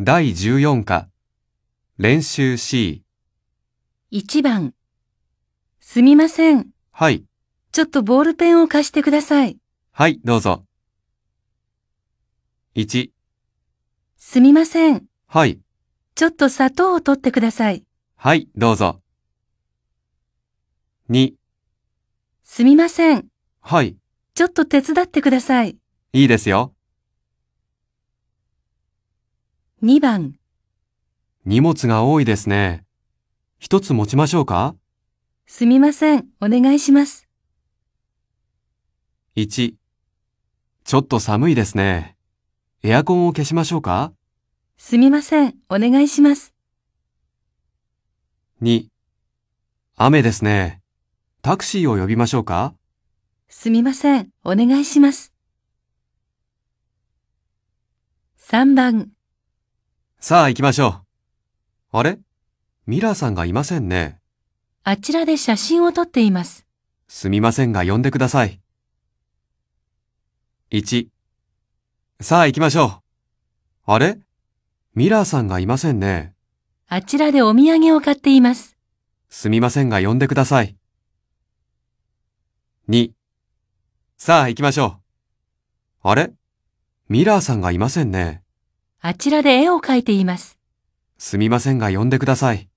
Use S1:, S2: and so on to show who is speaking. S1: 第14課、練習 C。
S2: 1番。すみません。
S1: はい、
S2: ちょっとボールペンを貸してください。
S1: はい、どうぞ。1、
S2: すみません。
S1: はい、
S2: ちょっと砂糖を取ってください。
S1: はい、どうぞ。2、
S2: すみません。
S1: はい、
S2: ちょっと手伝ってください。
S1: いいですよ。
S2: 2番。
S1: 荷物が多いですね。一つ持ちましょうか
S2: すみません。お願いします。
S1: ?1、ちょっと寒いですね。エアコンを消しましょうか
S2: すみません。お願いします。
S1: ?2、雨ですね。タクシーを呼びましょうか
S2: すみません。お願いします。3番。
S1: さあ行きましょう。あれミラーさんがいませんね。
S2: あちらで写真を撮っています。
S1: すみませんが呼んでください。1さあ行きましょう。あれミラーさんがいませんね。
S2: あちらでお土産を買っています。
S1: すみませんが呼んでください。2さあ行きましょう。あれミラーさんがいませんね。
S2: あちらで絵を描いています。
S1: すみませんが呼んでください。